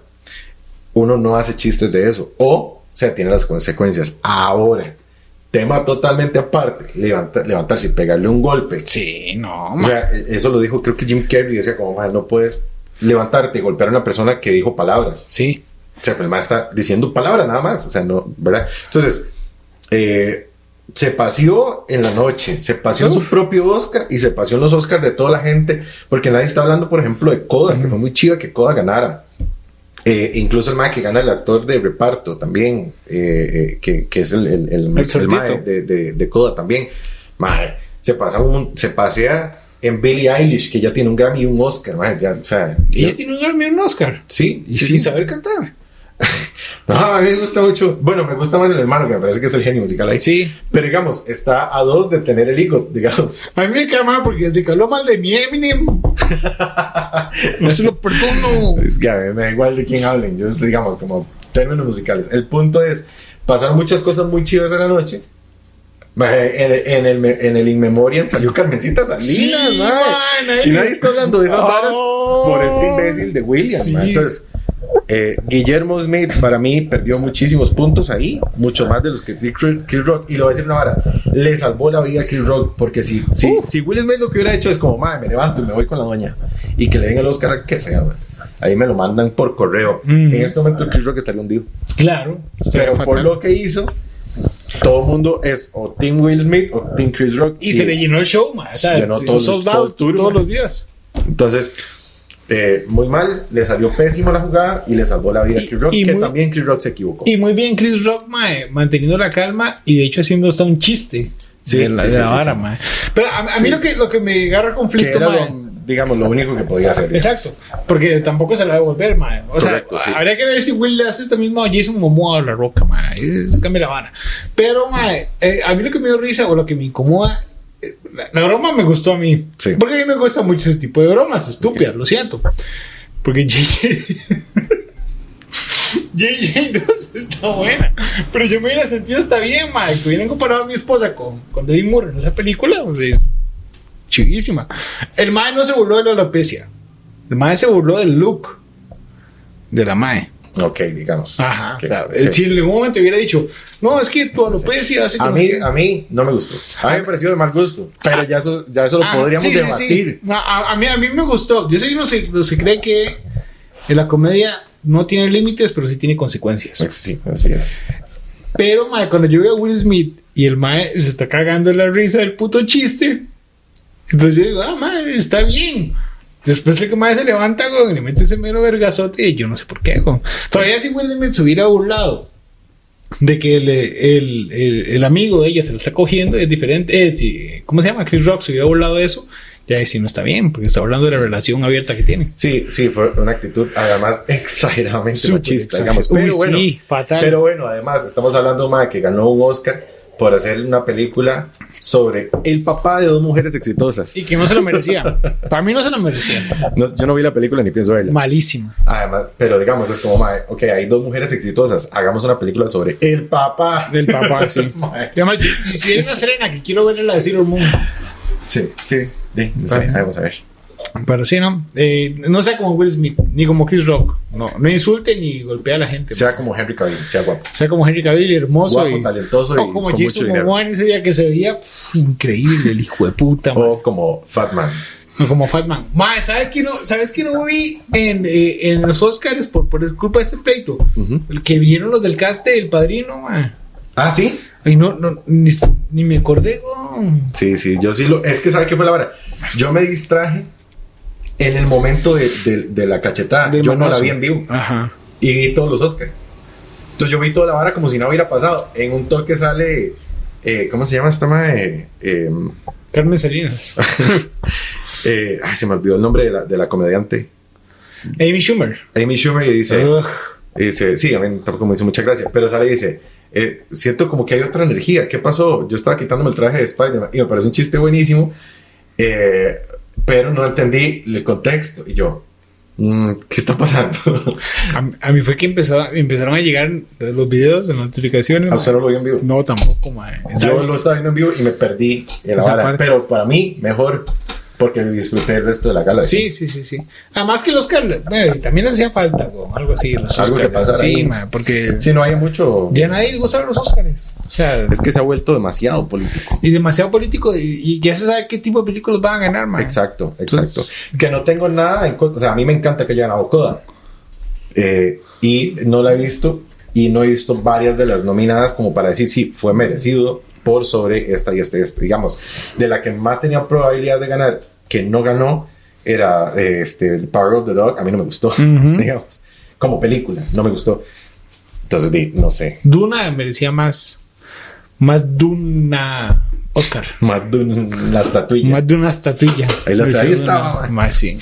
[SPEAKER 1] Uno no hace chistes de eso, o sea, tiene las consecuencias. Ahora, tema totalmente aparte, levanta- levantarse y pegarle un golpe.
[SPEAKER 2] Sí, no,
[SPEAKER 1] O
[SPEAKER 2] mae.
[SPEAKER 1] sea, e- eso lo dijo creo que Jim Carrey, decía como, "Mae, no puedes levantarte y golpear a una persona que dijo palabras.
[SPEAKER 2] Sí.
[SPEAKER 1] O sea, pero el maestro está diciendo palabras nada más. O sea, no, ¿verdad? Entonces, eh, se paseó en la noche, se paseó en su propio Oscar y se paseó en los Oscars de toda la gente, porque nadie está hablando, por ejemplo, de Coda, que fue muy chiva que Coda ganara. Eh, incluso el mae que gana el actor de reparto también, eh, eh, que, que es el, el, el- el
[SPEAKER 2] sordito.
[SPEAKER 1] mae de, de, de Coda también. Mae, se, pasa un, se pasea en Billie Eilish, que ya tiene un Grammy y un Oscar. mae, ya, o sea,
[SPEAKER 2] Ella
[SPEAKER 1] ya-
[SPEAKER 2] tiene un Grammy y un Oscar.
[SPEAKER 1] sí,
[SPEAKER 2] Y sin saber cantar.
[SPEAKER 1] no, a mí me gusta mucho. Bueno, me gusta más el hermano, que me parece que es el genio musical ahí.
[SPEAKER 2] Sí.
[SPEAKER 1] Pero digamos, está a dos de tener el hijo, digamos.
[SPEAKER 2] A mí me cae mal porque desde que habló mal de mi (laughs) Eminem. no se lo perdono.
[SPEAKER 1] (laughs) Es que a mí me da igual de quién hablen. Yo, es, digamos, como términos musicales. El punto es, pasaron muchas cosas muy chivas en la noche. Eh, En, en el, me- en el In Memoriam salió Carmencita Salinas,
[SPEAKER 2] Sí,
[SPEAKER 1] mae.
[SPEAKER 2] mae, nadie
[SPEAKER 1] Y
[SPEAKER 2] le-
[SPEAKER 1] nadie está hablando de esas varas
[SPEAKER 2] Oh.
[SPEAKER 1] por este imbécil de William.
[SPEAKER 2] Sí.
[SPEAKER 1] mae. Entonces, eh, Guillermo Smith para mí perdió muchísimos puntos ahí, mucho más de los que Chris Chris Rock. Y lo voy a decir una vara, le salvó la vida a Chris Rock, porque si, si,
[SPEAKER 2] Uh.
[SPEAKER 1] si Will Smith lo que hubiera hecho es como, madre, me levanto y me voy con la doña y que le den el Oscar al que sea, mae. ahí me lo mandan por correo.
[SPEAKER 2] Mm.
[SPEAKER 1] En este momento Chris Rock estaría hundido.
[SPEAKER 2] Claro.
[SPEAKER 1] Pero
[SPEAKER 2] Fatal.
[SPEAKER 1] por lo que hizo, todo el mundo es o Team Will Smith o Team Chris Rock.
[SPEAKER 2] Y se le llenó el show, ma. O sea,
[SPEAKER 1] Se llenó
[SPEAKER 2] se-
[SPEAKER 1] todo el-
[SPEAKER 2] sold
[SPEAKER 1] todo el
[SPEAKER 2] out
[SPEAKER 1] tour,
[SPEAKER 2] todos
[SPEAKER 1] ma.
[SPEAKER 2] los días.
[SPEAKER 1] Entonces, eh, muy mal, le salió pésimo la jugada y le salvó la vida a
[SPEAKER 2] Y-
[SPEAKER 1] Chris Rock,
[SPEAKER 2] y
[SPEAKER 1] que
[SPEAKER 2] muy-
[SPEAKER 1] también Chris Rock se equivocó.
[SPEAKER 2] Y muy bien Chris Rock, mae, manteniendo la calma y de hecho haciendo hasta un chiste.
[SPEAKER 1] Sí,
[SPEAKER 2] de la,
[SPEAKER 1] sí,
[SPEAKER 2] de la
[SPEAKER 1] sí, sí,
[SPEAKER 2] vara,
[SPEAKER 1] sí.
[SPEAKER 2] mae. Pero a, a mí
[SPEAKER 1] Sí.
[SPEAKER 2] lo, que, lo que me agarra
[SPEAKER 1] que
[SPEAKER 2] conflicto,
[SPEAKER 1] era,
[SPEAKER 2] mae.
[SPEAKER 1] lo, digamos, lo único que podía hacer.
[SPEAKER 2] Exacto, porque tampoco se la va a devolver, mae. O sea,
[SPEAKER 1] Correcto, sí.
[SPEAKER 2] habría que ver si Will le hace esta misma a Jason Momoa a la roca, mae. Es- Cambia la vara. Pero, mae, eh, a mí lo que me dio risa o lo que me incomoda, eh, la, la broma me gustó a mí.
[SPEAKER 1] Sí.
[SPEAKER 2] Porque a mí me gusta mucho ese tipo de bromas, estúpidas, lo siento. Porque (laughs) JJ. JJ2 está buena. Pero yo me hubiera sentido está bien, Mike. Que hubieran comparado a mi esposa con, con David Moore en esa película. O sea, chivísima. El Mae no se burló de la alopecia. El Mae se burló del look de la Mae.
[SPEAKER 1] Ok, digamos.
[SPEAKER 2] Ajá.
[SPEAKER 1] Ok,
[SPEAKER 2] o sea,
[SPEAKER 1] ok.
[SPEAKER 2] el- Si en algún momento hubiera dicho, no, es que tu alopecia hace que
[SPEAKER 1] A
[SPEAKER 2] no
[SPEAKER 1] mí,
[SPEAKER 2] sé".
[SPEAKER 1] a mí no me gustó. A mí me pareció de mal gusto. Pero ya eso, ya eso lo
[SPEAKER 2] Ah,
[SPEAKER 1] podríamos
[SPEAKER 2] sí, sí, sí.
[SPEAKER 1] debatir.
[SPEAKER 2] A, a- a mí, a mí me gustó. Yo soy uno de los que cree que la comedia no tiene límites, pero sí tiene consecuencias.
[SPEAKER 1] Pues Sí, así es.
[SPEAKER 2] Pero, mae, cuando yo veo a Will Smith y el mae se está cagando en la risa del puto chiste, entonces yo digo, ah, mae, está bien. Después el mae se levanta, güey, y le mete ese mero vergazote y yo no sé por qué, güey. Todavía si Will Smith se hubiera burlado de que el, eh, el- el- el amigo de ella se lo está cogiendo, es diferente. eh, si- ¿Cómo se llama? Chris Rock se hubiera burlado de eso. Ya ahí sí no está bien, porque está hablando de la relación abierta que tiene.
[SPEAKER 1] Sí, sí, fue una actitud además (laughs) exageradamente
[SPEAKER 2] Súper
[SPEAKER 1] machista,
[SPEAKER 2] exagerado.
[SPEAKER 1] digamos.
[SPEAKER 2] Uy,
[SPEAKER 1] Pero bueno,
[SPEAKER 2] sí, fatal.
[SPEAKER 1] Pero bueno, además, estamos hablando más que ganó un Oscar por hacer una película sobre el papá de dos mujeres exitosas.
[SPEAKER 2] y que no se lo merecía. Para mí no se
[SPEAKER 1] (laughs)
[SPEAKER 2] lo merecía.
[SPEAKER 1] No, yo no vi la película ni pienso verla.
[SPEAKER 2] Malísima.
[SPEAKER 1] Además, pero digamos, es como, mae, ok, hay dos mujeres exitosas, hagamos una película sobre el papá.
[SPEAKER 2] Del
[SPEAKER 1] (laughs)
[SPEAKER 2] papá, sí.
[SPEAKER 1] Mae.
[SPEAKER 2] Y además, y si hay una estrena que quiero ver es la de Sailor Moon.
[SPEAKER 1] Sí, sí, sí, no sé,
[SPEAKER 2] Ajá.
[SPEAKER 1] ahí vamos a ver.
[SPEAKER 2] Pero sí, ¿no? Eh, no sea como Will Smith, ni como Chris Rock. No, no insulte ni golpea a la gente.
[SPEAKER 1] Sea como Henry Cavill, sea guapo.
[SPEAKER 2] Sea como Henry Cavill, hermoso.
[SPEAKER 1] Guapo,
[SPEAKER 2] y,
[SPEAKER 1] talentoso y
[SPEAKER 2] o como
[SPEAKER 1] con mucho
[SPEAKER 2] Jason
[SPEAKER 1] dinero.
[SPEAKER 2] Momoa en ese día que se veía pff, increíble, el hijo
[SPEAKER 1] (laughs)
[SPEAKER 2] de puta, man.
[SPEAKER 1] O como Fatman.
[SPEAKER 2] O como Fatman. Ma, ¿sabes qué no, ¿sabes qué no vi en, eh, en los Oscars por, por culpa de este pleito? El que vinieron los del cast del padrino, man.
[SPEAKER 1] Ah, sí.
[SPEAKER 2] Ay, no, no, ni, ni me acordé, güey.
[SPEAKER 1] Sí, sí, yo sí lo. Es que, ¿sabe qué fue la vara? Yo me distraje en el momento de, de- de la cachetada.
[SPEAKER 2] Del
[SPEAKER 1] yo no la
[SPEAKER 2] manazo.
[SPEAKER 1] vi en vivo
[SPEAKER 2] Ajá.
[SPEAKER 1] y vi todos los Oscars. Entonces yo vi toda la vara como si no hubiera pasado. En un toque sale. eh, ¿Cómo se llama esta madre? Eh,
[SPEAKER 2] Carmen Salinas.
[SPEAKER 1] eh, ay, se me olvidó el nombre de la, de la comediante.
[SPEAKER 2] Amy Schumer.
[SPEAKER 1] Amy Schumer y dice.
[SPEAKER 2] Ugh.
[SPEAKER 1] Y dice, sí, a mí tampoco me hizo mucha gracia, pero sale y dice, eh, siento como que hay otra energía, ¿qué pasó? Yo estaba quitándome el traje de Spider-Man y me parece un chiste buenísimo, eh, pero no entendí el contexto y yo, mm, ¿qué está pasando? (laughs)
[SPEAKER 2] A, a mí fue que empezó, empezaron a llegar los videos, las notificaciones.
[SPEAKER 1] A usted no lo vi en vivo.
[SPEAKER 2] No, tampoco, mae.
[SPEAKER 1] Yo lo estaba viendo en vivo y me perdí en la
[SPEAKER 2] Esa
[SPEAKER 1] vara,
[SPEAKER 2] parte.
[SPEAKER 1] pero para mí mejor, porque disfruté el resto de la gala.
[SPEAKER 2] Sí, sí, sí, sí. Además que el Oscar, bueno, también hacía falta, güey, algo así. Los
[SPEAKER 1] Algo que
[SPEAKER 2] Oscars.
[SPEAKER 1] pasara
[SPEAKER 2] Sí,
[SPEAKER 1] ahí.
[SPEAKER 2] mae, porque
[SPEAKER 1] Si no hay mucho...
[SPEAKER 2] ya nadie le gustan los Oscars. O sea,
[SPEAKER 1] Es que se ha vuelto demasiado político.
[SPEAKER 2] y demasiado político y, y ya se sabe qué tipo de películas van a ganar, mae.
[SPEAKER 1] Exacto, exacto. Que no tengo nada en contra. O sea, a mí me encanta que lleguen a Bocoda. Eh, y no la he visto. Y no he visto varias de las nominadas como para decir si fue merecido por sobre esta y esta y esta. Digamos, de la que más tenía probabilidad de ganar, que no ganó, era eh, este, el Power of the Dog. A mí no me gustó,
[SPEAKER 2] Ujú.
[SPEAKER 1] (laughs) digamos, como película, no me gustó. Entonces, di, no sé.
[SPEAKER 2] Duna merecía más, más Duna Oscar.
[SPEAKER 1] Más de un- la estatuilla.
[SPEAKER 2] Más de una estatuilla.
[SPEAKER 1] Ahí la-
[SPEAKER 2] Merecía
[SPEAKER 1] ahí
[SPEAKER 2] una-
[SPEAKER 1] estaba.
[SPEAKER 2] Más, sí.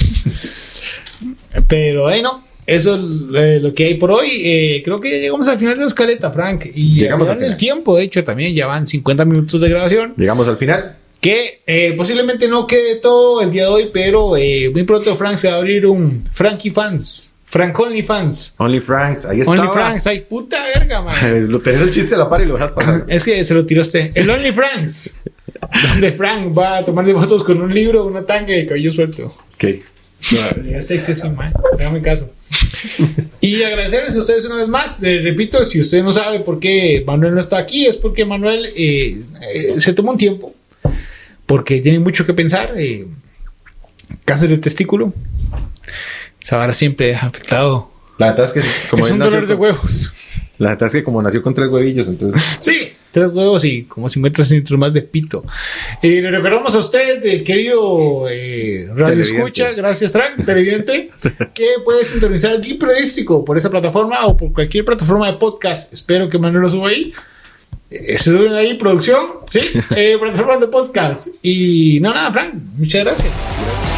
[SPEAKER 2] Pero bueno, eso es eh, lo que hay por hoy. Eh, creo que ya llegamos al final de la escaleta, Frank. Y
[SPEAKER 1] Llegamos
[SPEAKER 2] llegamos
[SPEAKER 1] al
[SPEAKER 2] al
[SPEAKER 1] final.
[SPEAKER 2] el tiempo, de hecho, también ya van 50 minutos de grabación.
[SPEAKER 1] Llegamos al final.
[SPEAKER 2] Que eh, posiblemente no quede todo el día de hoy, pero eh, muy pronto Frank se va a abrir un Frankie Fans. Frank Only Fans.
[SPEAKER 1] Only Franks, ahí está.
[SPEAKER 2] Only Franks. Ay, puta verga,
[SPEAKER 1] (laughs)
[SPEAKER 2] man.
[SPEAKER 1] Lo tenés el chiste a la par y lo dejas pasar.
[SPEAKER 2] Es que se lo tiró usted. El Only Franks.
[SPEAKER 1] (laughs)
[SPEAKER 2] Donde Frank va a tomar de fotos con un libro, una tanga y cabello suelto.
[SPEAKER 1] Ok.
[SPEAKER 2] Es ¿eh? sexy así, man. Hágame caso. Y agradecerles a ustedes una vez más. Les repito, si usted no sabe por qué Manuel no está aquí, es porque Manuel eh, eh, se tomó un tiempo. Porque tiene mucho que pensar. eh, cáncer de testículo. Sabara siempre es afectado.
[SPEAKER 1] La verdad es que como
[SPEAKER 2] es
[SPEAKER 1] él
[SPEAKER 2] un
[SPEAKER 1] nació
[SPEAKER 2] dolor de
[SPEAKER 1] con-
[SPEAKER 2] huevos.
[SPEAKER 1] La verdad es que como nació con tres huevillos, entonces
[SPEAKER 2] Sí, tres huevos y como 50 centímetros más de pito. Eh, le recordamos a usted, eh, querido eh, Radio
[SPEAKER 1] Televidente.
[SPEAKER 2] Escucha, gracias Frank, televidente, que puede sintonizar el Geek Periodístico por esa plataforma o por cualquier plataforma de podcast. Espero que Manuel lo suba ahí. Eh, Se suben ahí, producción, ¿sí? Eh, plataformas de podcast. Y no, nada, Frank, muchas gracias.
[SPEAKER 1] gracias.